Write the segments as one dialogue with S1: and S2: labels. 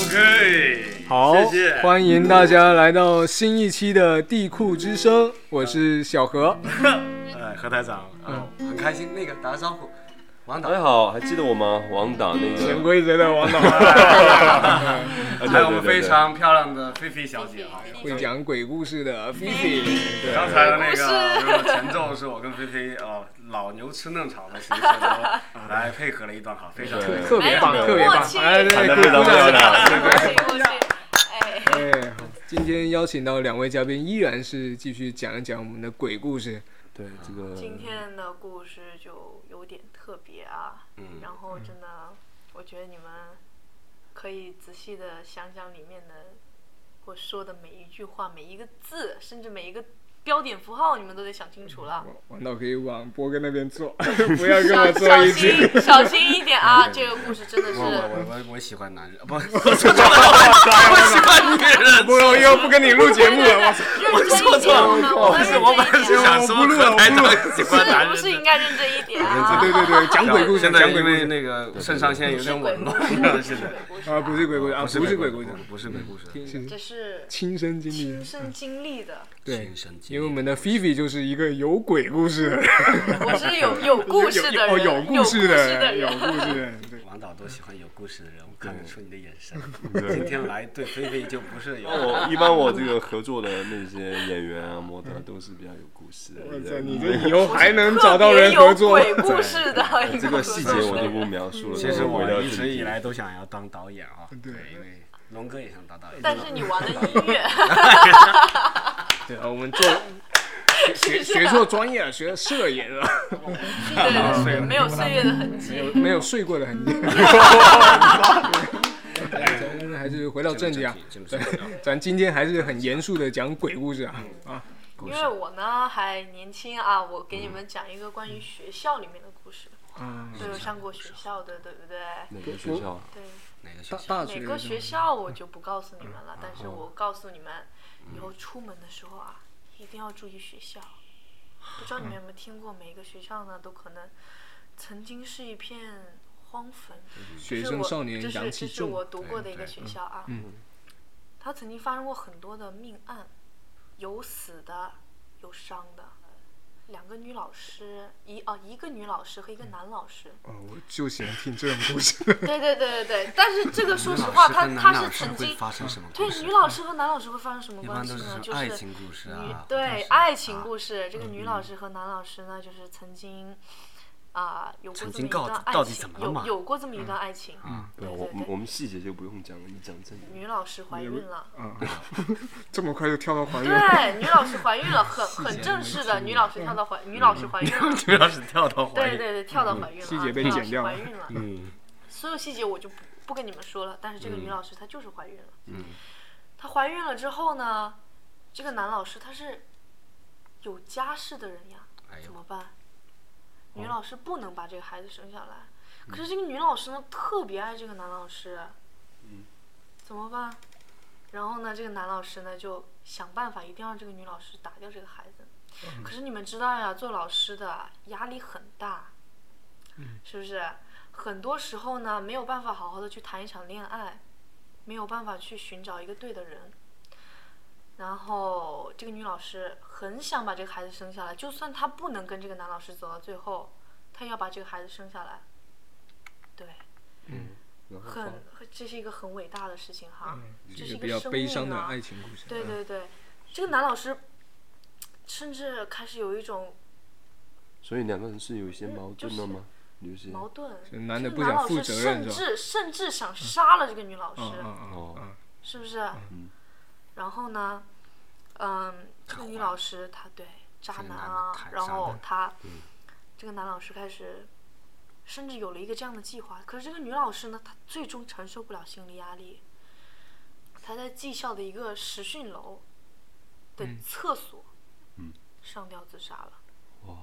S1: OK，
S2: 好，
S1: 谢谢。
S2: 欢迎大家来到新一期的地库之声，我是小何。
S3: 嗯
S1: 哎，何台长，
S2: 嗯
S4: 啊很开心。那个打个招呼，王
S5: 大
S4: 导
S5: 家，好，还记得我吗？王导那个
S2: 潜规则的王导
S5: 啊对
S4: 还有我们
S5: 对对
S4: 非
S5: 对
S4: 常漂亮的菲菲小姐啊。
S2: 会讲鬼故事的菲菲，
S4: 刚才的那个就是前奏是我跟菲菲啊老牛吃嫩草的形式，然后来配合了一段哈，非常
S5: 对
S2: 特别棒，
S5: 哎
S2: 特别棒
S6: 默，契
S2: 哎，对，
S5: 谈得
S2: 鼓
S5: 非常
S2: 鼓掌
S5: 漂亮
S2: 对对对
S6: 过去，哎，
S2: 哎，好今天邀请到两位嘉宾，依然是继续讲一讲我们的鬼故事。
S5: 对这
S2: 嗯
S5: 个
S6: 今天的故事就有点特别啊，
S4: 嗯
S6: 然后真的，我觉得你们可以仔细的想想里面的我说的每一句话、每一个字，甚至每一个标点符号，你们都得想清楚了。
S2: 王导可以往波哥那边坐，不要跟嗯我
S6: 小
S2: 坐
S6: 小
S2: 一嗯起。
S6: 心，小心一点啊！这个故事真的
S4: 我我
S6: 是，
S4: 我我我喜欢男人， 不，
S2: 波哥又不跟你录节目了，哇塞！
S6: 认真一点好吗？我们认真一点，
S1: 想说何台长喜欢男
S6: 是不
S1: 人
S6: 是应该认真一点啊？
S2: 对对对，讲鬼故事，
S4: 现在
S2: 讲鬼
S4: 因
S2: 故
S4: 为
S2: 事
S4: 那个肾上腺有点
S6: 鬼
S4: 紊
S6: 故
S4: 乱，
S6: 事，
S4: 现
S6: 不
S4: 在
S6: 是鬼故事
S2: 啊，不是鬼故 事啊，不是鬼故事，嗯
S4: 不是鬼故事，
S2: 是
S6: 这是
S2: 亲身经历
S6: 亲。身经历的，
S2: 对
S4: 亲身，经历
S2: 因为我们的菲菲就是一个有鬼故事的人，
S6: 我是有有故事的 人，
S2: 有有哦有故事的，有
S6: 人。
S2: 故事的人，对。
S4: 王导都喜欢有故事的人，我看得出你的眼 神。今天来对菲菲就不是有，
S2: 哦
S5: 我一般我这个合作的那些演员啊、模特都是比较有故事的
S2: 我
S5: 人。
S2: 操，你这以后还能找到人合作
S6: 特？别有鬼故事的一个
S5: 这个细节我就不描述了。
S4: 其实
S5: 回到
S4: 我一
S5: 正
S4: 直
S5: 题
S4: 以来都想要当导演啊，
S2: 对
S4: 因为龙哥也想当导演，
S6: 但是你玩 的音乐，
S2: 啊对啊，我们做学学错专业了，学了摄影了，
S6: 对对，没有岁月的痕迹。
S2: 没有睡过的 痕迹。咱还是回到正题啊，
S4: 进入正题进入正题
S2: 咱今天还是很严肃的讲鬼故事啊啊！
S6: 因为我呢还年轻啊，我给你们讲一个关于学校里面的故事。
S2: 嗯，
S6: 都有上过学校的，对不对？
S5: 哪个学校？
S6: 对，
S4: 哪个学
S2: 大
S4: 校？
S2: 大学
S6: 哪个学校我就不告诉你们
S2: 嗯
S6: 了，但是我告诉你们，以后出门的时候啊，一定要注意学校。不知道你
S2: 嗯
S6: 们有没有听过，每一个学校呢都可能曾经是一片荒坟。
S2: 学
S6: 这是
S2: 生
S6: 我
S2: 少年
S6: 这是
S2: 阳
S6: 这
S2: 气
S6: 是
S2: 重，嗯
S6: 我读过的一个
S4: 对
S6: 学校啊。他曾经发生过很多的命案，有死的，有伤的。两个女老师，一啊一个女老师和一个男老师。
S2: 哦，我就喜欢听这种故事。
S6: 对对对对对，但是这个说实话，他他是曾
S4: 会
S6: 经
S4: 发生什么
S6: 对
S4: 故事？
S6: 女老师和男老师会发生什么
S4: 嗯一
S6: 关
S4: 般
S6: 系
S4: 都是
S6: 呢？就
S4: 说
S6: 是
S4: 爱情故事
S6: 女
S4: 啊，嗯
S6: 对爱情故事，这个女老师和男老师呢，就是曾经啊、有过
S4: 曾
S6: 这么
S4: 经
S6: 一
S4: 告
S6: 段
S4: 到
S6: 爱
S4: 底
S6: 情
S4: 怎，么了
S6: 有
S4: 嘛嗯
S6: 有过这么一段爱情。对
S5: 对，
S6: 对
S5: 我
S6: 对，
S5: 我们细节就不用讲了，你讲正题。
S6: 女老师怀孕了。
S2: 啊，这么快就跳到怀孕，
S6: 对，女老师怀 孕了，很很正式的，女
S4: 嗯
S6: 老师跳到怀，女老师怀孕了，
S4: 女老师跳到怀
S6: 啊对对
S4: 里，
S6: 对，跳到怀孕了啊，
S2: 细节被
S6: 女老
S2: 剪
S6: 师
S2: 掉
S6: 怀
S2: 了
S6: 孕了，
S4: 嗯，
S6: 所有细节我就不不跟你们说了，但是这个女老师她就是怀孕了，嗯，她怀孕了之后呢，这个男老师他是有家室的人呀，
S4: 哎
S6: 怎
S4: 呦，哦
S6: 么办？女老师不能把这个孩子生下来，可
S4: 嗯
S6: 是这个女老师呢特别爱这个男老师，
S4: 嗯
S6: 怎么办？然后呢，这个男老师呢就想办法，一定要让这个女老师打掉这个孩子。
S4: 嗯
S6: 可是你们知道呀，做老师的压力很大，
S4: 嗯
S6: 是不是？很多时候呢，没有办法好好的去谈一场恋爱，没有办法去寻找一个对的人。然后这个女老师很想把这个孩子生下来，就算她不能跟这个男老师走到最后，她也要把这个孩子生下来。对，
S5: 然后
S6: 很，这是一个很伟大的事情哈，啊这是
S2: 是
S6: 一
S2: 嗯比
S6: 个
S2: 较
S6: 生
S2: 悲
S6: 命
S2: 伤的
S6: 啊
S2: 爱情故事。
S6: 对
S2: 嗯
S6: 对对，这个男老师甚至开始有一种
S5: 所以两个人是有一些矛盾的吗？有一些
S6: 矛盾，
S2: 嗯是男的
S6: 这
S2: 不
S6: 个男
S2: 想
S6: 老
S2: 负
S6: 师
S2: 责任
S6: 甚
S2: 是吧
S6: 至甚至想杀了这个女老师，
S2: 嗯
S5: 哦，
S6: 是不是？然后呢，嗯，这个女老师她对渣
S4: 这个
S6: 男
S4: 男的
S6: 啊
S4: 太，
S6: 然
S4: 渣
S6: 后
S4: 男
S6: 她这个男老师开始，甚至有了一个这样的计划。可是这个女老师呢，她最终承受不了心理压力，他在技校的一个实训楼的厕所，
S5: 嗯
S6: 上吊自杀了，
S5: 哇，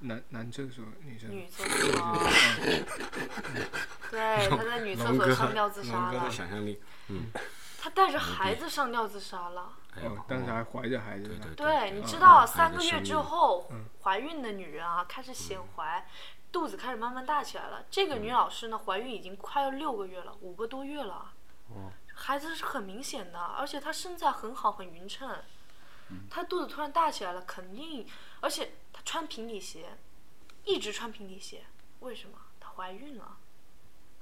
S2: 男男厕所，女厕所。
S6: 女厕所，对，他在女厕
S4: 龙
S6: 所
S4: 哥，
S6: 上吊自杀
S4: 龙哥
S6: 了
S4: 的，想象力，
S6: 他带着孩子上吊自杀了。
S4: 哎呦
S2: 哦，当时还怀着孩子呢。
S6: 对，你知
S4: 嗯
S6: 道
S4: 嗯
S6: 三
S4: 嗯
S6: 个月
S4: 生嗯
S6: 之
S4: 命
S6: 后，怀孕的女人啊开始显怀，肚子开始慢慢大起来了。这
S4: 嗯
S6: 个女老师呢，怀孕已经快要六个月了，五个多月了。
S4: 哦
S6: 孩子是很明显的，而且她身材很好，很匀称。
S4: 嗯
S6: 她肚子突然大起来了，肯定，而且她穿平底鞋，一直穿平底鞋。为什么？她怀孕了，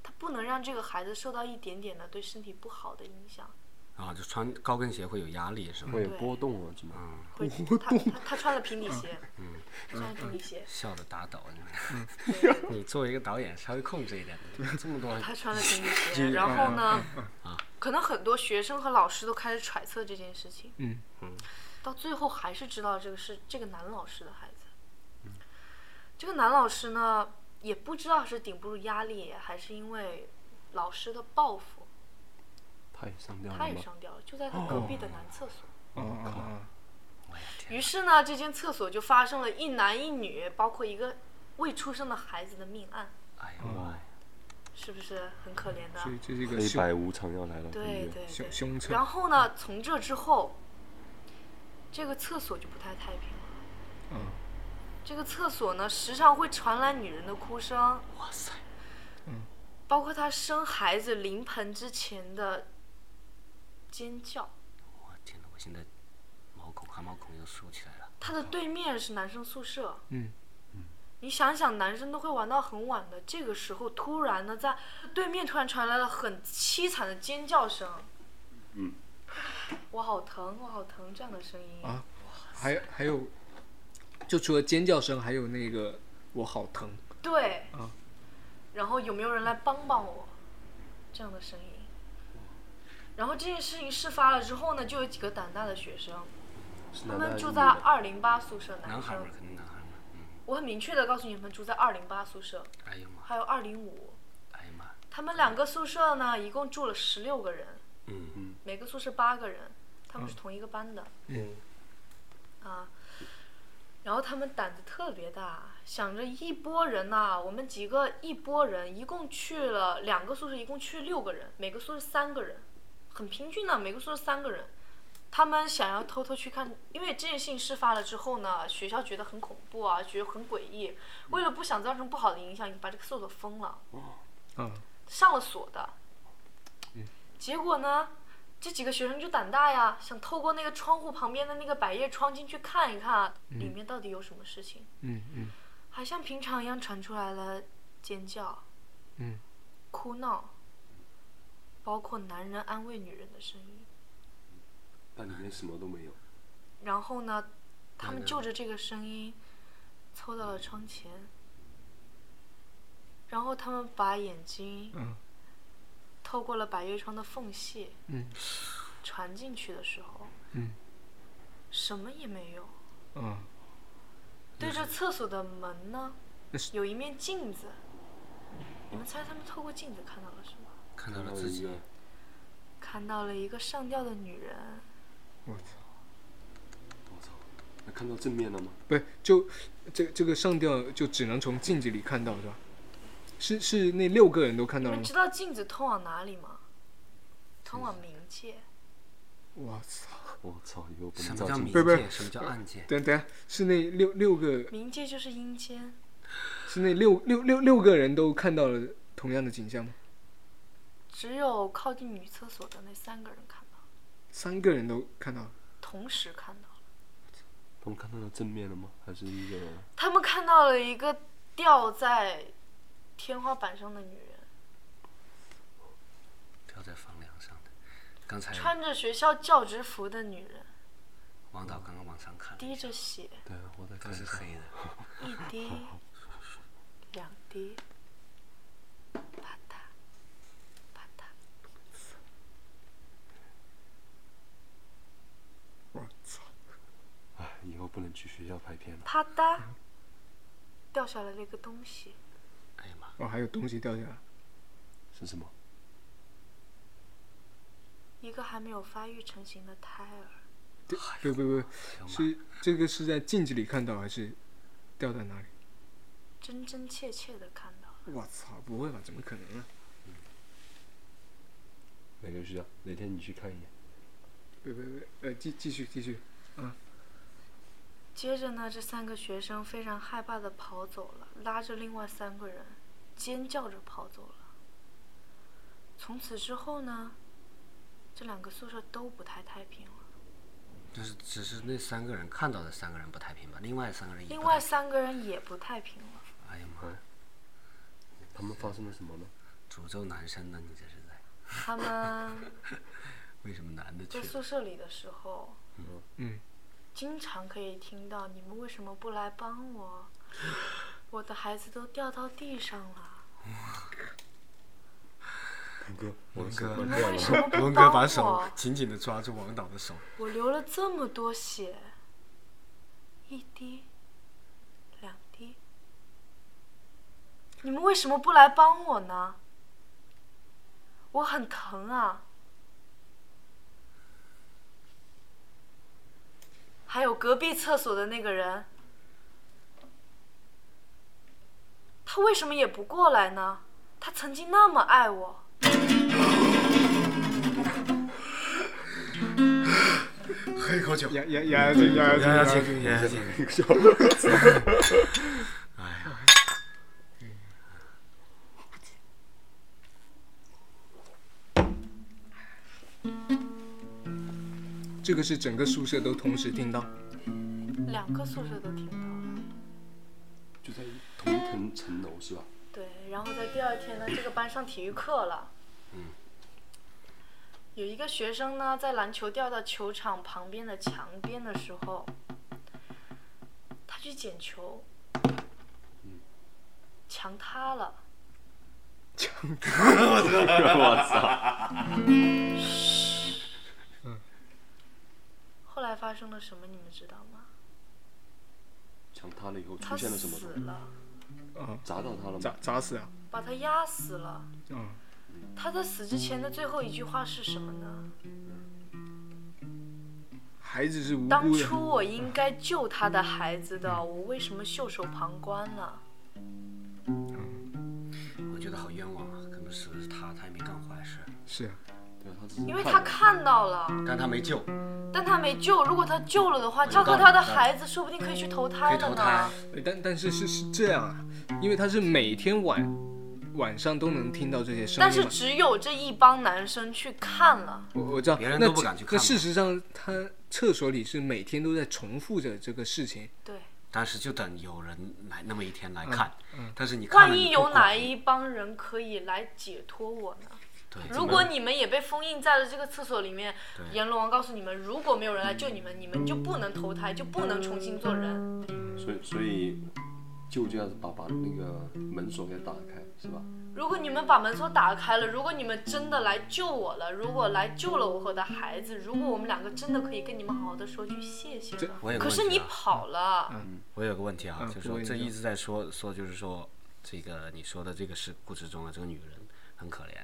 S6: 她不能让这个孩子受到一点点的对身体不好的影响。
S4: 啊，就穿高跟鞋会有压力是吧？
S5: 会有波动啊，怎么？
S6: 会，她她她穿了平底 鞋，她穿了平底鞋。
S4: 笑的打抖，你 们你作为一个导演，稍微控制一点，这么多
S6: 他穿了平底鞋，
S2: 哎
S6: 然后呢，
S2: 嗯
S6: 可能很多学生和老师都开始揣测这件事情。
S2: 嗯
S6: 到最后还是知道这个是这个男老师的孩子。这个男老师呢，也不知道是顶不住压力，还是因为老师的报复，
S5: 他也上吊
S6: 他
S5: 了
S6: 也
S5: 吗？
S6: 上吊了，就在他隔壁的男厕所。
S2: 嗯哦哦
S4: 哎
S6: 于是呢，这间厕所就发生了一男一女，包括一个未出生的孩子的命案，
S4: 哎呀
S2: 嗯
S4: 妈呀！
S6: 是不是很可怜
S2: 哦，
S6: 的
S2: 所？以嗯这是一个
S5: 黑
S2: 凶
S5: 白无常要来了，
S6: 对对对
S2: 凶。凶
S6: 然
S2: 厕。
S6: 后呢，从这之后，这个厕所就不太太平了。
S2: 嗯，
S6: 这个厕所呢，时常会传来女人的哭声，
S4: 哇塞，
S6: 包括她生孩子临盆之前的尖叫。
S4: 我天呐，我现在毛孔汗毛孔又竖起来了。
S6: 她的对面是男生宿舍。
S2: 嗯
S6: 你想想，男生都会玩到很晚的，这个时候突然呢，在对面突然传来了很凄惨的尖叫声。
S5: 嗯。
S6: 我好疼，我好疼，这样的声音。
S2: 啊还有还有，就除了尖叫声，还有那个我好疼。
S6: 对，
S4: 嗯
S2: 啊
S6: 然后有没有人来帮帮我？这样的声音。然后这件事情事发了之后呢，就有几个胆大的学生，
S5: 是
S6: 他
S5: 男的
S6: 们
S5: 还是
S6: 住
S5: 女
S6: 在
S5: 的？
S6: 二零八宿舍，
S4: 男
S6: 男
S4: 孩
S6: 生
S4: 们。肯定男孩们，嗯，
S6: 我很明确的告诉你们，住在二零八宿舍，
S4: 哎呀妈，
S6: 还有二零五。
S4: 哎呀妈，
S6: 他们两个宿舍呢，一共住了十六个人，
S4: 嗯嗯，
S6: 每个宿舍八个人，他们是同一个班的。
S2: 嗯
S6: 啊，然后他们胆子特别大，想着一波人呐、我们几个一波人，一共去了两个宿舍，一共去六个人，每个宿舍三个人，很平均的，每个宿舍三个人。他们想要偷偷去看，因为这件事情事发了之后呢，学校觉得很恐怖啊，觉得很诡异，为了不想造成不好的影响，把这个厕所封了。
S2: 嗯，
S6: 上了锁的。结果呢，这几个学生就胆大呀，想透过那个窗户旁边的那个百叶窗进去看一看，里面到底有什么事情。
S2: 嗯嗯
S6: 还像平常一样传出来了尖叫、
S2: 嗯，
S6: 哭闹，包括男人安慰女人的声音。
S5: 但里面什么都没有。
S6: 然后呢，他们就着这个声音凑
S2: 嗯
S6: 到了窗前，然后他们把眼睛
S2: 嗯
S6: 透过了百叶窗的缝隙，
S2: 嗯
S6: 传进去的时候，
S2: 嗯
S6: 什么也没有。
S2: 嗯，
S6: 对着厕所的门呢
S2: 那，是
S6: 有一面镜子。你们猜他们透过镜子看到了什么？
S4: 看到了
S5: 然后
S4: 自
S5: 一
S4: 己
S5: 个，
S6: 看到了一个上吊的女人，
S2: 我操，
S5: 我操，那看到正面了吗？
S2: 不是就这这个上吊就只能从镜子里看到是吧？是是那六个人都看
S6: 你
S2: 到了
S6: 们
S2: 吗
S6: 知？道镜子通往哪里吗？通往冥界。
S2: 我操！
S5: 我操，以后不
S4: 什
S5: 能
S4: 么
S5: 照
S4: 叫
S5: 镜
S4: 冥
S5: 子。
S2: 不是
S4: 界，什么叫暗界，
S2: 等等下，是那六六个
S6: 冥界就是阴间，
S2: 是那六六六六个人都看到了同样的景象吗？
S6: 只有靠近女厕所的那三个人看到，
S2: 三个人都看到了。
S6: 同时看到了。
S5: 他们看到了正面了吗？还是一个
S6: 他们看到了一个吊在天花板上的女人，
S4: 掉在房梁上的。刚
S3: 哎
S4: 才
S6: 穿着学校教职服的女人，
S4: 王导刚刚往上看，
S6: 滴着血，
S5: 对，我在
S4: 都
S5: 看
S4: 是
S5: 一下。
S4: 黑的，
S6: 一滴，两滴，啪嗒，啪嗒。
S2: 我操！
S5: 哎，以后不能去学校拍片了。
S6: 啪嗒，掉下来了一个东西，
S4: 哎呀妈，
S2: 哦，还有东西掉下来。
S5: 是什么？
S6: 一个还没有发育成型的胎儿。
S2: 对，
S4: 哎
S2: 不不不，是这个是在镜子里看到还是掉在哪里？
S6: 真真切切的看到，
S2: 我操，不会吧？怎么可能啊呢？
S5: 没个需要，哪天你去看一眼。
S2: 别别别，呃，继继续继续，
S6: 接着呢，这三个学生非常害怕的跑走了，拉着另外三个人，尖叫着跑走了。从此之后呢，这两个宿舍都不太太平了。
S3: 就是只是那三个人看到的三个人不太平吧，另外三个人也
S6: 另
S3: 不太
S6: 外三个人也不太平了。
S3: 哎呀妈呀，
S5: 他们发生了什么呢？
S3: 诅咒男生呢，你这是在
S6: 他们
S3: 为什么男的去
S6: 在
S3: 了？
S6: 宿舍里的时候，
S2: 嗯，
S6: 经常可以听到你们为什么不来帮我？我的孩子都掉到地上了，
S5: 文哥，
S4: 文哥
S6: 你们为什么不
S4: 龙哥
S6: 哎帮
S4: 把手
S6: 我？
S4: 紧紧的抓住王导的手，
S6: 我流了这么多血，一滴，两滴，你们为什么不来帮我呢？我很疼啊！还有隔壁厕所的那个人，他为什么也不过来呢？他曾经那么爱我。
S4: 喝一口酒，
S2: 压压压这压
S4: 压压
S2: 这
S4: 惊，压压惊。
S2: 这个是整个宿舍都同时听到，
S6: 两个宿舍都听到了。
S5: 就在同一层层楼是吧？
S6: 对，然后在第二天呢，这个班上体育课了。
S5: 嗯
S6: 有一个学生呢，在篮球掉到球场旁边的墙边的时候，他去捡球，
S5: 嗯
S6: 墙塌了。
S5: 我操！嗯
S6: 后来发生了什么，你们知道吗？
S5: 墙塌了以后
S6: 他
S5: 出现了什么
S6: 死？了，
S5: 砸到他了
S2: 啊砸
S5: 吗？
S2: 砸死啊！
S6: 把他压死了。
S2: 嗯，
S6: 他在死之前的最后一句话是什么
S3: 嗯
S6: 呢？
S2: 孩子是无
S6: 当
S2: 辜
S6: 初
S2: 的，
S6: 我应该救他的孩子的，
S3: 嗯
S6: 我为什么袖手旁观呢？
S3: 我觉得好冤枉啊，根本是不是他，他也没干坏事，
S2: 是啊，
S5: 对，他只是
S6: 因为
S5: 看
S6: 他
S5: 了
S6: 看到了。
S3: 但他没救，
S6: 但他没救，如果他救了的话，他
S3: 就告
S6: 和
S3: 诉
S6: 他的
S3: 他
S6: 孩子说不定可以去投
S3: 可
S6: 胎
S3: 以
S6: 了
S3: 投
S6: 呢
S3: 胎。
S2: 哎但但是是是这样啊，因为他是每天晚晚上都能听到这些声音嘛，
S6: 但是只有这一帮男生去看了，
S2: 我我知道，
S3: 别人
S2: 那
S3: 都不
S2: 这
S3: 敢去
S2: 那
S3: 看
S2: 事实上，他厕所里是每天都在重复着这个事情。
S6: 对，
S3: 但是就等有人来那么一天来看，但是你看了
S6: 嗯万
S3: 你
S6: 一
S3: 不
S6: 有
S3: 管
S6: 哪一帮人可以来解脱我呢？
S3: 对，
S6: 如果你们也被封印在了这个厕所里面，
S3: 对
S6: 阎罗王告诉你们，如果没有人来救你们，你们就不能投胎，就不能重新做人。
S5: 所以所以就这样子把把那个门锁给打开是吧？
S6: 如果你们把门锁打开了，如果你们真的来救我了，如果来救了我和我的孩子，如果我们两个真的可以跟你们好好的说句谢谢呢？
S3: 我有个
S6: 可是
S3: 问题
S6: 你
S3: 啊
S6: 跑了。
S3: 我有个问题啊，
S2: 嗯
S3: 就是
S2: 不
S3: 说
S2: 会
S3: 这
S2: 影响
S3: 一直在说说，就是说这个你说的这个是故事中的这个女人很可怜，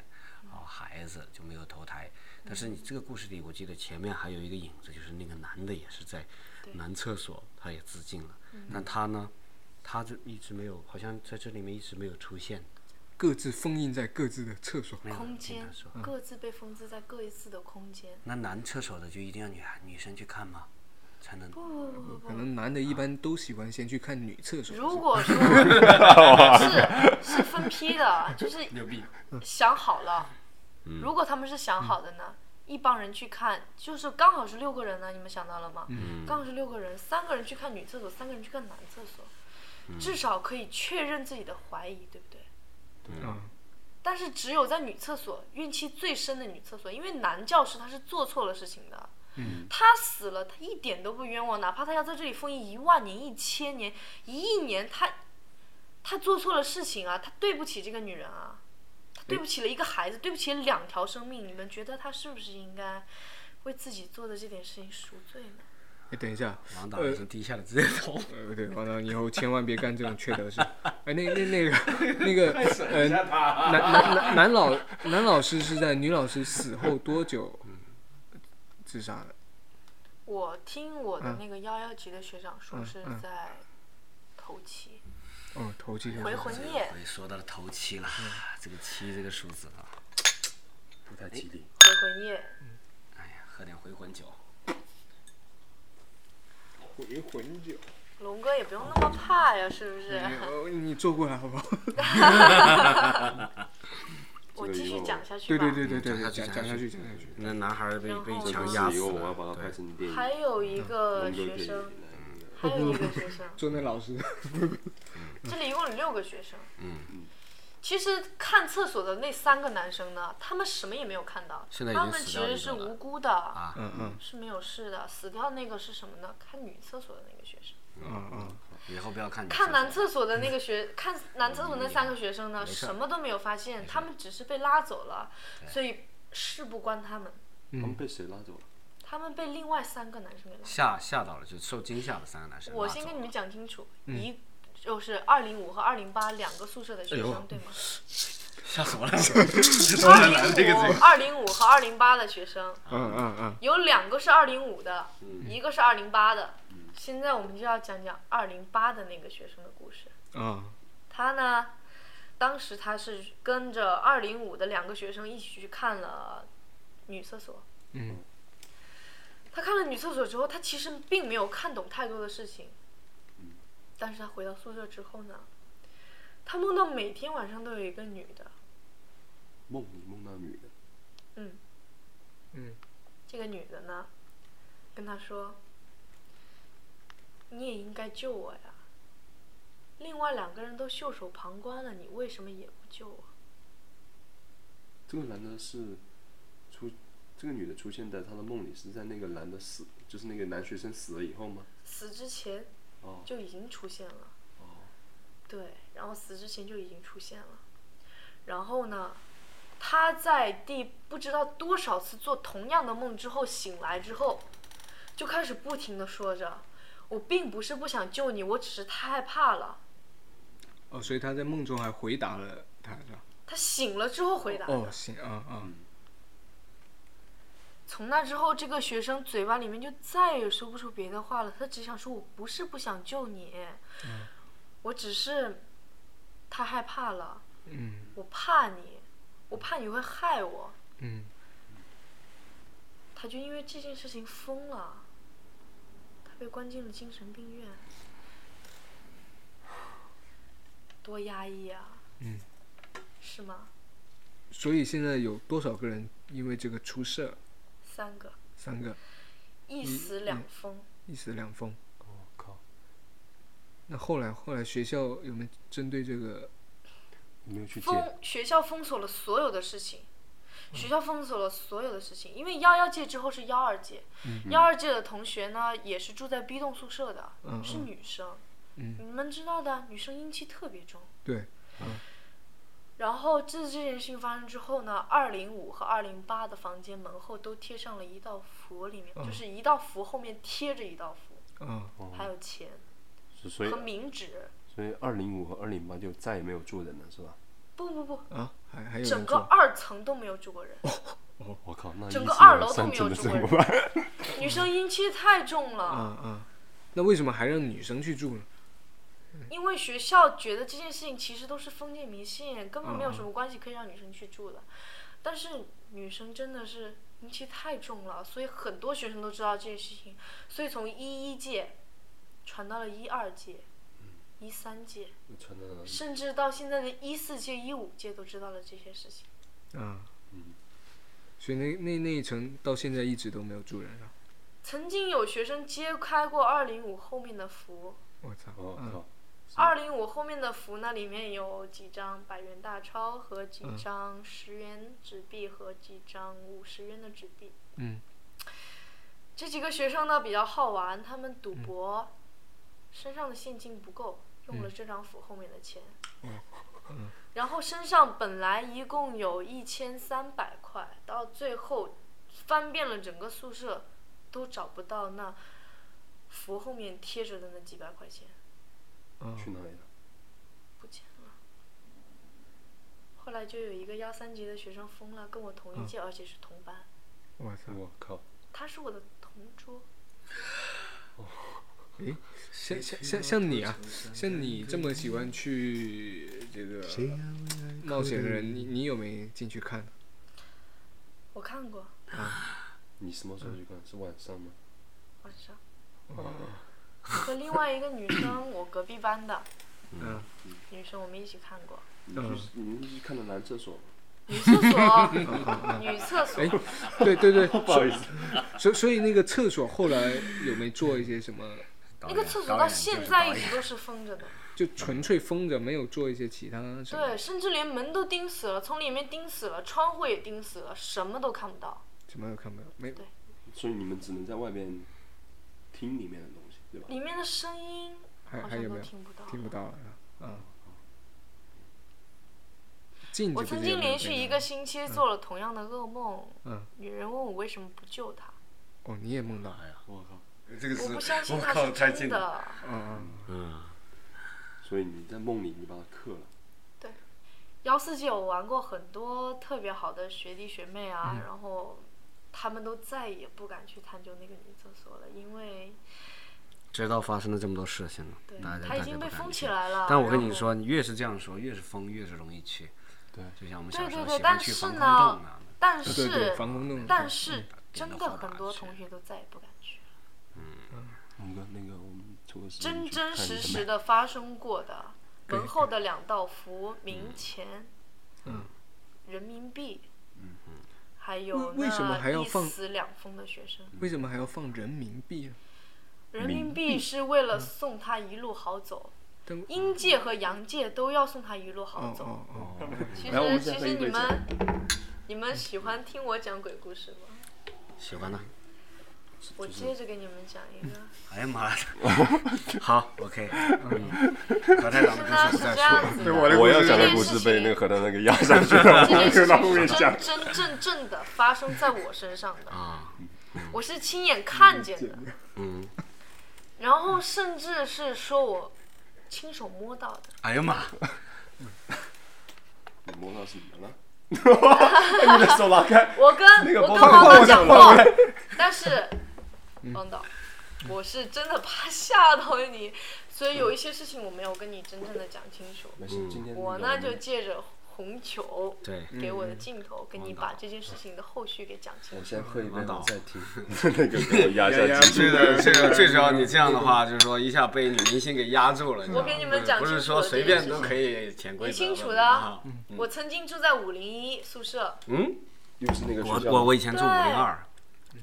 S3: 啊，孩子就没有投胎。但是你这个故事里，我记得前面还有一个影子，就是那个男的也是在男厕所，他也自尽了。
S6: 嗯
S3: 但他呢，他就一直没有，好像在这里面一直没有出现。
S2: 各自封印在各自的厕所。
S3: 没有
S6: 空
S3: 人
S6: 间
S3: 跟嗯他说，
S6: 各自被封置在各自的空间。
S3: 那男厕所的就一定要女孩女生去看吗？才能
S6: 不不不不
S2: 可能男的一般都喜欢先去看女厕所。
S6: 如果说是是分批的，就是想好了。如果他们是想好的呢，一帮人去看，就是刚好是六个人呢，你们想到了吗？刚好是六个人，三个人去看女厕所，三个人去看男厕所，至少可以确认自己的怀疑，对不对？
S2: 啊，
S6: 但是只有在女厕所，运气最深的女厕所，因为男教师他是做错了事情的，
S2: 嗯
S6: 他死了，他一点都不冤枉，哪怕他要在这里封印一万年、一千年、一亿年，他他做错了事情啊，他对不起这个女人啊，他对不起了一个孩子，对不起了两条生命，你们觉得他是不是应该为自己做的这点事情赎罪呢？
S2: 哎，等一下，
S3: 王导已经低下了自己的头。
S2: 呃，对，完了以后千万别干这种缺德事。哎，那那那个那 个，呃，男男男男老男老师是在女老师死后多久自杀的？
S6: 我听我的
S2: 嗯
S6: 那个幺幺级的学长说
S2: 嗯
S6: 是
S2: 嗯
S6: 在头七
S2: 哦，头七
S6: 回魂夜，
S3: 所以哎说到了头七了，
S6: 嗯
S3: 这个七这个数字啊，
S5: 不太吉利。
S6: 回魂夜，
S3: 哎呀，喝点回魂酒。
S2: 回魂酒。
S6: 龙哥也不用那么怕呀，是不是？
S2: 你呃你坐过来好不好？
S6: 我继续讲下去
S2: 对
S6: 吧。
S2: 对对对对，
S3: 嗯
S2: 对
S3: 讲
S2: 讲
S3: 下去
S2: 讲下
S3: 讲下
S2: 去
S3: 去
S2: 讲下去。
S3: 那男孩被被
S6: 然后
S3: 强
S6: 呢
S3: 压
S5: 以
S3: 死
S5: 后
S3: 了，
S5: 我
S4: 啊
S5: 要把它拍
S3: 对
S5: 成电影，
S6: 还有一个
S3: 嗯
S5: 龙哥可
S6: 学
S5: 以
S6: 生，
S5: 来
S6: 还有一个学 生，
S2: 做那老师，
S6: 这里一共有六个学生。
S3: 嗯。
S6: 其实看厕所的那三个男生呢，他们什么也没有看到，
S3: 现在已
S6: 他
S3: 经
S6: 们
S3: 死
S6: 其
S3: 掉
S6: 实
S3: 一
S6: 是
S3: 个了
S6: 无辜的，
S3: 啊，
S2: 嗯嗯
S6: 是没有事的。死掉那个是什么呢？看女厕所的那个学生，
S2: 嗯嗯，
S3: 以后不要看女
S6: 看
S3: 生
S6: 男厕所的那个 学，看男厕所那三个学生呢，
S3: 没事儿哎
S6: 什么都没有发现，他们只是被拉走了，所以事不关他们，
S5: 他们被谁拉走了？
S6: 他们被另外三个男生给拉走了。
S3: 吓吓到了，就受惊吓的三个男生。
S6: 我先跟你们，讲清楚，一就是二零五和二零八两个宿舍的学生，对吗？
S3: 吓死我了！
S6: 二零五、二零五和二零八的学生，
S2: 嗯嗯嗯，
S6: 有两个是二零五的，一个是二零八的。现在我们就要讲讲二零八的那个学生的故事。
S2: 啊，
S6: 他呢，当时他是跟着二零五的两个学生一起去看了女厕所。
S2: 嗯。
S6: 他看了女厕所之后，他其实并没有看懂太多的事情。但是他回到宿舍之后呢，他梦到每天晚上都有一个女的，
S5: 梦里梦到女的，
S6: 嗯，
S2: 嗯，
S6: 这个女的呢，跟他说：“你也应该救我呀。”另外两个人都袖手旁观了，你为什么也不救我？
S5: 这个男的是出，这个女的出现在他的梦里，是在那个男的死，就是那个男学生死了以后吗？
S6: 死之前
S5: 哦，
S6: 就已经出现了。对，然后死之前就已经出现了。然后呢，他在第不知道多少次做同样的梦之后醒来之后，就开始不停的说着：“我并不是不想救你，我只是太害怕了。
S2: 哦，所以他在梦中还回答了他，是吧？”
S6: 他醒了之后回答的。
S2: 哦，行啊啊，
S6: 从那之后，这个学生嘴巴里面就再也说不出别的话了，他只想说：“我不是不想救你，我只是太害怕了，
S2: 嗯
S6: 我怕你，我怕你会害我。”
S2: 嗯，
S6: 他就因为这件事情疯了，他被关进了精神病院，多压抑啊！
S2: 嗯，
S6: 是吗？
S2: 所以现在有多少个人因为这个出事儿？
S6: 三个，
S2: 三个，
S6: 一死两疯。
S2: 一死两封。
S5: 我哦靠，
S2: 那后来后来学校有没有针对这个？
S5: 你没有去见
S6: 封学校封锁了所有的事情，
S2: 嗯
S6: 学校封锁了所有的事情，因为幺幺届之后是幺二届，幺二届的同学呢也是住在 B 栋宿舍的，
S2: 嗯
S6: 是女生，
S2: 嗯
S6: 你们知道的，女生阴气特别重。嗯
S2: 对，嗯
S6: 然后自这件事情发生之后呢，二零五和二零八的房间门后都贴上了一道符，里
S2: 嗯
S6: 面、就是一道符后面贴着一道符，
S2: 啊，
S6: 还有钱
S5: 是哦所以
S6: 和冥纸。
S5: 所以二零五和二零八就再也没有做人了，是吧？
S6: 不不不，
S2: 啊，还还有
S6: 整
S2: 人
S6: 个
S2: 做，
S6: 二层都没有住过人，
S5: 我靠，那
S6: 整
S5: 一
S6: 个
S5: 直
S6: 二
S5: 往
S6: 楼都
S5: 上
S6: 没
S5: 真
S6: 有
S5: 的
S6: 住
S5: 怎
S6: 过
S5: 么
S6: 人
S5: 办？
S6: 女生阴气太重了。
S2: 啊啊，那为什么还让女生去住呢？
S6: 因为学校觉得这件事情其实都是封建迷信，根本没有什么关系可以让女生去住的。但是女生真的是阴气太重了，所以很多学生都知道这件事情，所以从一一届传到了一二届、一三届，
S5: 穿的
S6: 甚至到现在的一四届、一五届都知道了这些事情。
S2: 啊，所以那那那一层到现在一直都没有住人啊。
S6: 曾经有学生揭开过二零五后面的符，
S2: 我操，
S5: 我
S2: 嗯
S5: 哦靠，
S6: 二零五后面的符呢，里面有几张百元大钞和几张十元纸币和几张五十元的纸币。
S2: 嗯，
S6: 这几个学生呢比较好玩，他们赌博，身上的现金不够，用了这张符后面的钱。
S2: 嗯
S6: 然后身上本来一共有一千三百块，到最后翻遍了整个宿舍，都找不到那符后面贴着的那几百块钱。
S2: 啊
S5: 去哪里了？
S6: 不见了。后
S2: 嗯
S6: 来就有一个幺三级的学生疯了，跟我同一届，而且是同班。
S2: 我操，
S5: 我靠，
S6: 他是我的同桌，
S2: 诶，像像像像你啊，像你这么喜欢去这个冒险的人，你你有没进去看？
S6: 我看过
S5: 你什么时候去看？是晚上吗？
S6: 晚上，
S2: 哦
S6: 和另外一个女生，我隔壁班的
S2: 嗯，
S6: 女生，我们一起看过
S5: 你
S2: 嗯
S5: 去你们去看的男厕所吗？
S6: 女厕 所，女厕所
S2: 哎，对对对，
S5: 不好意思，
S2: 所所以那个厕所后来有没做一些什么？
S6: 那个厕所到现在一直都是封着的，
S2: 就纯粹封着，没有做一些其他什么
S6: 对，甚至连门都钉死了，从里面钉死了，窗户也钉死了，什么都看不到。
S2: 什么都看不到，没
S6: 对
S5: 所以你们只能在外边听里面的东西，对吧？
S6: 里面的声音
S2: 还
S6: 好
S2: 还
S6: 像
S2: 有
S6: 都
S2: 没有
S6: 听不到。
S2: 听不到了是吧啊？禁
S6: 我
S2: 止
S6: 曾
S2: 这些
S6: 经
S2: 没有
S6: 连续一个星期
S3: 嗯
S6: 做了同样的噩梦，
S2: 嗯
S6: 女人问我为什么不救她，
S2: 哦，你也梦到了
S5: 我靠！
S4: 这个
S6: 我
S4: 是，
S6: 不相信
S4: 我
S6: 她
S4: 靠，
S6: 是
S4: 太近
S6: 真
S4: 了。
S6: 的。
S2: 嗯
S3: 嗯，
S5: 所以你在梦里你把它克了，
S6: 幺四九玩过很多特别好的学弟学妹啊，
S3: 嗯
S6: 然后他们都再也不敢去探究那个女厕所了，因为
S3: 知道发生了这么多事情了，
S6: 对
S3: 大家
S6: 她已
S3: 大家
S6: 经
S3: 不
S6: 被
S3: 敢
S6: 封
S3: 理
S6: 起
S3: 解
S6: 来了。
S3: 但我跟你
S6: 然后
S3: 说，你越是这样说，越是封，越是容易去。
S5: 对
S3: 就像我们
S6: 对
S3: 小时候
S6: 对对，
S3: 喜欢
S6: 但
S3: 去
S6: 是
S3: 防空
S6: 呢
S3: 洞啊，，
S6: 但
S2: 对对，
S6: 是
S2: 防嗯空洞，
S6: 但是
S3: 点
S6: 真
S3: 都
S6: 的
S3: 不
S6: 很
S3: 敢
S6: 多
S3: 去
S6: 同学都再也不敢去了，
S5: 五个那个我们抽个时间
S6: 真
S5: 去
S6: 真
S5: 嗯看一
S6: 实
S5: 下
S6: 实的发生过的。
S2: 对
S6: 门后的两道符，冥钱，
S2: 嗯，
S6: 人民币，
S5: 嗯
S6: 还有
S2: 为为什么
S6: 那
S2: 还要
S6: 一
S2: 放
S6: 死两封的学生。
S2: 为什么还要放人民币啊呢？
S6: 人民币是为
S5: 嗯
S6: 了送他一路好走，
S2: 但
S6: 阴界和阳界都要送他一路好
S2: 哦
S6: 走。
S2: 哦哦，
S6: 其
S5: 然后我
S6: 实
S5: 们再
S6: 其
S5: 喝一嗯杯
S6: 实你
S5: 酒
S6: 们你们喜欢听我讲鬼故事吗？
S3: 喜欢呢。
S6: 我接着给你们讲一个。
S3: 哎呀 妈呀！好，OK，嗯，何台长的
S6: 是
S3: 故事不再
S6: 呢，是这
S3: 说
S6: 样
S3: 了。
S6: 子
S4: 我的
S6: 的，
S4: 故
S5: 我要
S4: 事
S5: 讲的
S6: 这
S5: 故
S6: 件
S5: 事
S6: 事
S5: 被
S6: 情
S5: 那个河南那个压上去了，
S6: 这件事
S5: 让我
S6: 情
S5: 给
S6: 是
S5: 你讲
S6: 真。真正正的发生在我身上的。
S3: 啊，
S6: 我是亲眼看见的，
S3: 嗯，
S6: 然后甚至是说我亲手摸到的。
S3: 哎呀妈，
S5: 你摸到什么了？你的手拉开，
S6: 我跟
S5: 那个
S6: 我
S5: 包
S6: 跟
S5: 括
S6: 汪
S5: 我嗯
S6: 导讲
S5: 换
S6: 过
S5: 位，
S6: 但是汪导，我是真的怕 吓到你，所以有一些事情我没有跟你真正的讲清楚。
S5: 没事，今天
S6: 我呢就借着红球
S3: 对，
S6: 给我的镜头，跟你
S3: 汪导
S6: 把这件事情的后续给讲清
S5: 我
S6: 楚。
S5: 先喝一杯
S3: 王导，
S5: 再听那个给我压下去。
S3: 这个这个最主要你这样的话，就是说一下被女明星给压住了。知道吗
S6: 我给你们讲
S3: 不是不是
S6: 清楚了
S3: 说随便都可以潜规则。
S6: 你清楚的
S3: 啊
S6: 啊。我曾经住在五零一宿舍，
S3: 嗯，
S5: 又是那个
S3: 我
S5: 学校，
S3: 我我以前住五
S6: 对
S3: 零二，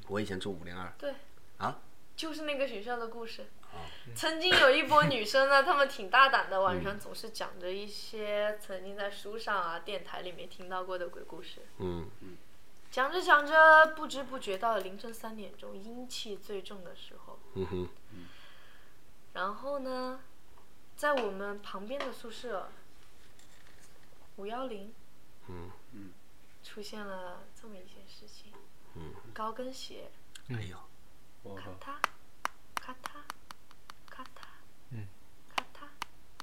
S3: 我以前住五零二。
S6: 对，
S3: 啊，
S6: 就是那个学校的故事。曾经有一波女生呢，她们挺大胆的，晚上总是讲着一些曾经在书上啊、电台里面听到过的鬼故事。
S3: 嗯，
S6: 讲着讲着，不知不觉到了凌晨三点钟，阴气最重的时候。
S3: 嗯哼，
S6: 然后呢，在我们旁边的宿舍五幺零，
S3: 嗯
S6: 出现了这么一件事情。高跟鞋
S2: 哦
S3: 哎呦，
S5: 我
S6: 咔
S5: 靠
S6: 嗒，咔嗒，咔嗒，
S2: 嗯，
S6: 咔嗒，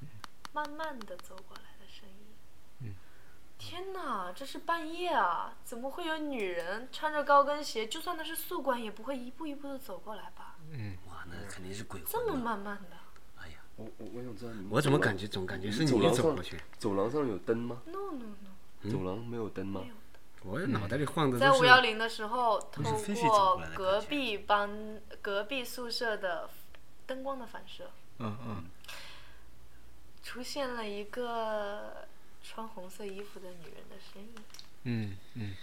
S3: 嗯
S6: 慢慢的走过来的声音。天哪，这是半夜啊！怎么会有女人穿着高跟鞋？就算她是宿管，也不会一步一步的走过来吧？
S3: 嗯
S2: 嗯
S3: 哇，那肯定是鬼魂
S6: 这么
S3: 了。
S6: 慢慢的
S5: 我我我想知道你们
S3: 我怎么
S5: 走廊
S3: 感觉总感觉是
S5: 走
S3: 你
S5: 廊
S3: 走
S5: 上
S3: 过去？
S5: 走廊上有灯吗？
S6: ？No No No！
S5: 走廊没有灯吗？
S3: 我脑袋里晃的
S6: 在
S3: 都
S6: 五
S3: 是
S6: 幺零的时候，透
S3: 是飞机走过
S6: 过
S3: 来的
S6: 隔
S3: 感觉
S6: 壁班、隔壁宿舍的灯光的反射，
S2: 嗯嗯，
S6: 出现了一个穿红色衣服的女人的身影。
S2: 嗯嗯，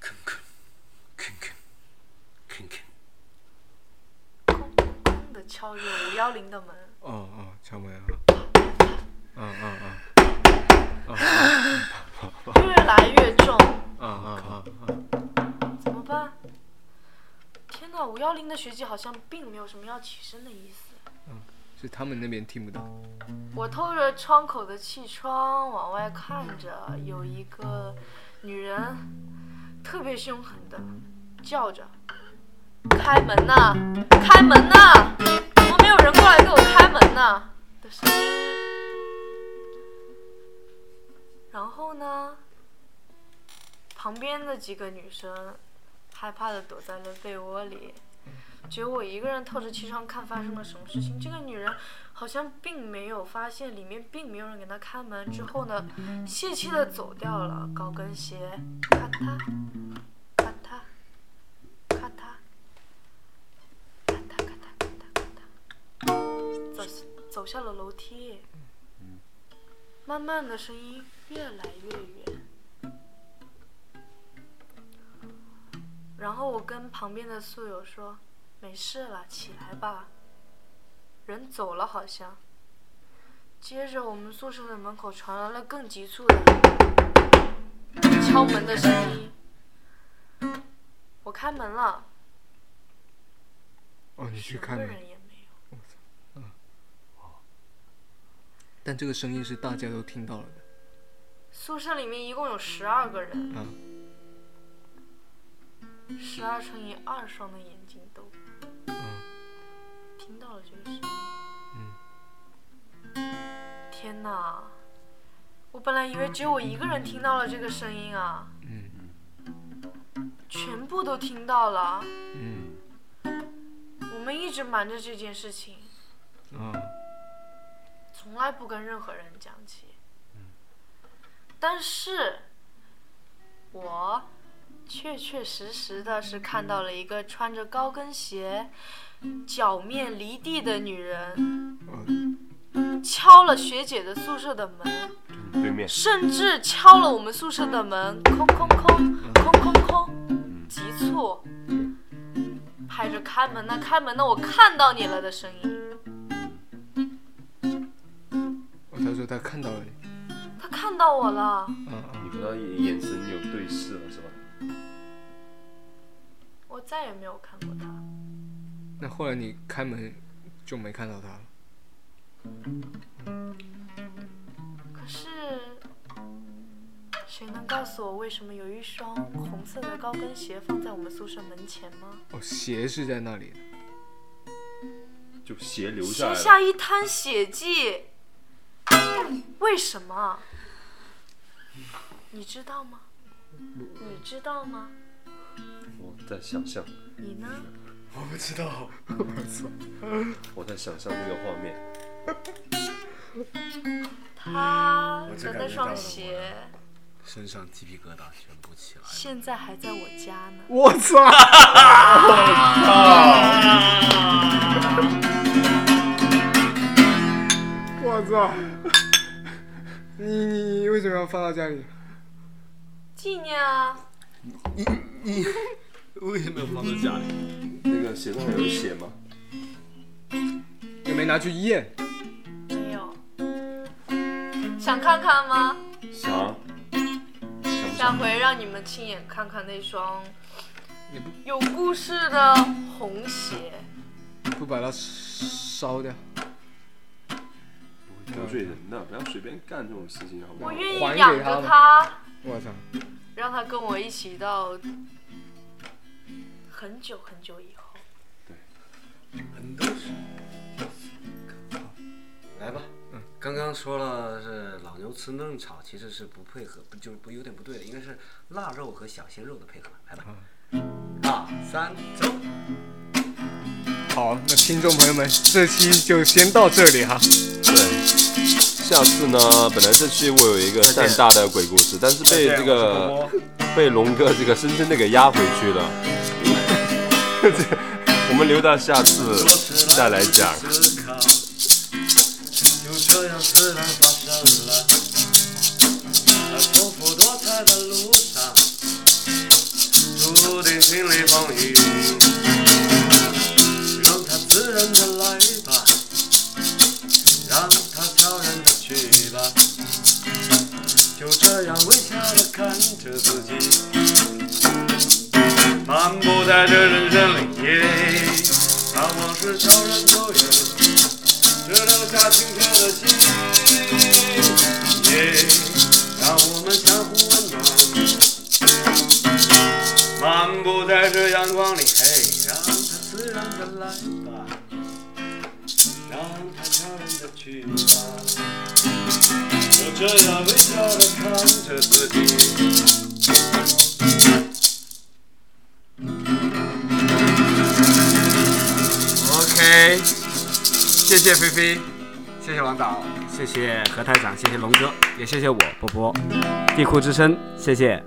S3: 吭吭吭吭吭吭。
S6: 哐哐哐的敲着五幺零的门，
S2: 哦哦，敲门啊，嗯嗯嗯
S6: 越来越重，
S2: 嗯嗯嗯嗯，
S6: 怎么办？天哪，五幺零的学姐好像并没有什么要起身的意思。
S2: 是他们那边听不到，
S6: 我透着窗口的气窗往外看着，有一个女人，特别凶狠的叫着：“开门呐、开门呐、怎么没有人过来给我开门呐、的声音。然后呢，旁边的几个女生害怕的躲在了被窝里。只有我一个人透着气窗看发生了什么事情。这个女人好像并没有发现里面并没有人给她开门，之后呢，泄气的走掉了。高跟鞋，咔嗒，咔嗒，咔嗒，咔嗒咔嗒咔嗒咔嗒，走走下了楼梯。慢慢的声音越来越远。然后我跟旁边的宿友说：“没事了，起来吧。”人走了好像。接着我们宿舍的门口传来了更急促的敲门的声音。我开门了，
S2: 哦，你
S6: 什
S2: 去
S6: 么
S2: 看了
S6: 人，也没有。
S2: 但这个声音是大家都听到了的。
S6: 宿舍里面一共有十二个人，
S2: 啊，
S6: 十二乘以二双的眼睛都
S2: 嗯，
S6: 听到了这个声音。
S2: 嗯
S6: 天哪！我本来以为只有我一个人听到了这个声音啊，
S2: 嗯
S6: 全部都听到了。
S2: 嗯
S6: 我们一直瞒着这件事情，
S2: 嗯啊，
S6: 从来不跟任何人讲起。但是，我确确实实的是看到了一个穿着高跟鞋、脚面离地的女人
S2: 哦
S6: 敲了学姐的宿舍的门。
S5: 对面
S6: 甚至敲了我们宿舍的门，空空空，空空空，急促，拍着开门呢，开门呢，我看到你了的声音。
S2: 哦，他说他看到了你，
S6: 他看到我了，
S2: 啊啊
S5: 你和他眼神有对视啊了是吧？
S6: 我再也没有看过他。
S2: 那后来你开门就没看到他了，
S6: 可是，谁能告诉我为什么有一双红色的高跟鞋放在我们宿舍门前吗？
S2: 哦，鞋是在那里的，
S5: 就鞋留下
S6: 鞋
S5: 来了，
S6: 下一滩血迹，为什么？你知道吗？你知道吗？
S5: 我在想象，
S6: 你呢？
S4: 嗯
S2: 我不知道，
S5: 我在想象那个画面，
S6: 他
S4: 我只
S6: 的
S4: 感
S6: 那
S4: 觉到
S6: 双
S4: 了
S6: 鞋
S3: 身上鸡皮疙瘩全部起来了。
S6: 现在还在我家呢。
S2: 我操，我操，你你你为什么要放到家里？
S6: 纪念啊，
S3: 为什么要放在家里？
S5: 那个鞋上有血吗？
S2: 也没拿去验，
S6: 没有。想看看吗？
S5: 想，想不
S6: 下
S5: 想？
S6: 回让你们亲眼看看那双
S2: 你不
S6: 有故事的红鞋。
S2: 不把它烧掉，
S5: 得罪人的，不要随便干这种事情好不
S6: 我
S5: 好？
S6: 愿意
S2: 还给
S6: 养着
S2: 他
S6: 它，
S2: 我操，
S6: 让它跟我一起到很久很久以后。
S3: 嗯来吧，嗯，刚刚说了是老牛吃嫩草，其实是不配合，不就是不有点不对的，应该是腊肉和小鲜肉的配合。来吧，二三走。
S2: 好，那听众朋友们，这期就先到这里哈。
S5: 对，下次呢，本来这期我有一个善大的鬼故事，但是被这
S3: 呃
S5: 个被龙哥这个深深的给压回去了。 我们留到下次再来讲。
S1: 思考，就这样自然发生了。在丰富多彩的路上，注定经历风雨，让它自然的来吧，让它悄然的去吧。就这样微笑的看着自己，漫步在这人生里耶。把往事悄然走远，只留下清澈的心。耶，让我们相互温暖，漫步在这阳光里，嘿，让它自然的来吧，让它悄然的去吧，就这样微笑的看着自己。
S7: OK，谢谢菲菲，谢谢王导，
S4: 谢谢何台长，谢谢龙哥，也谢谢我波波，地库之声，谢谢。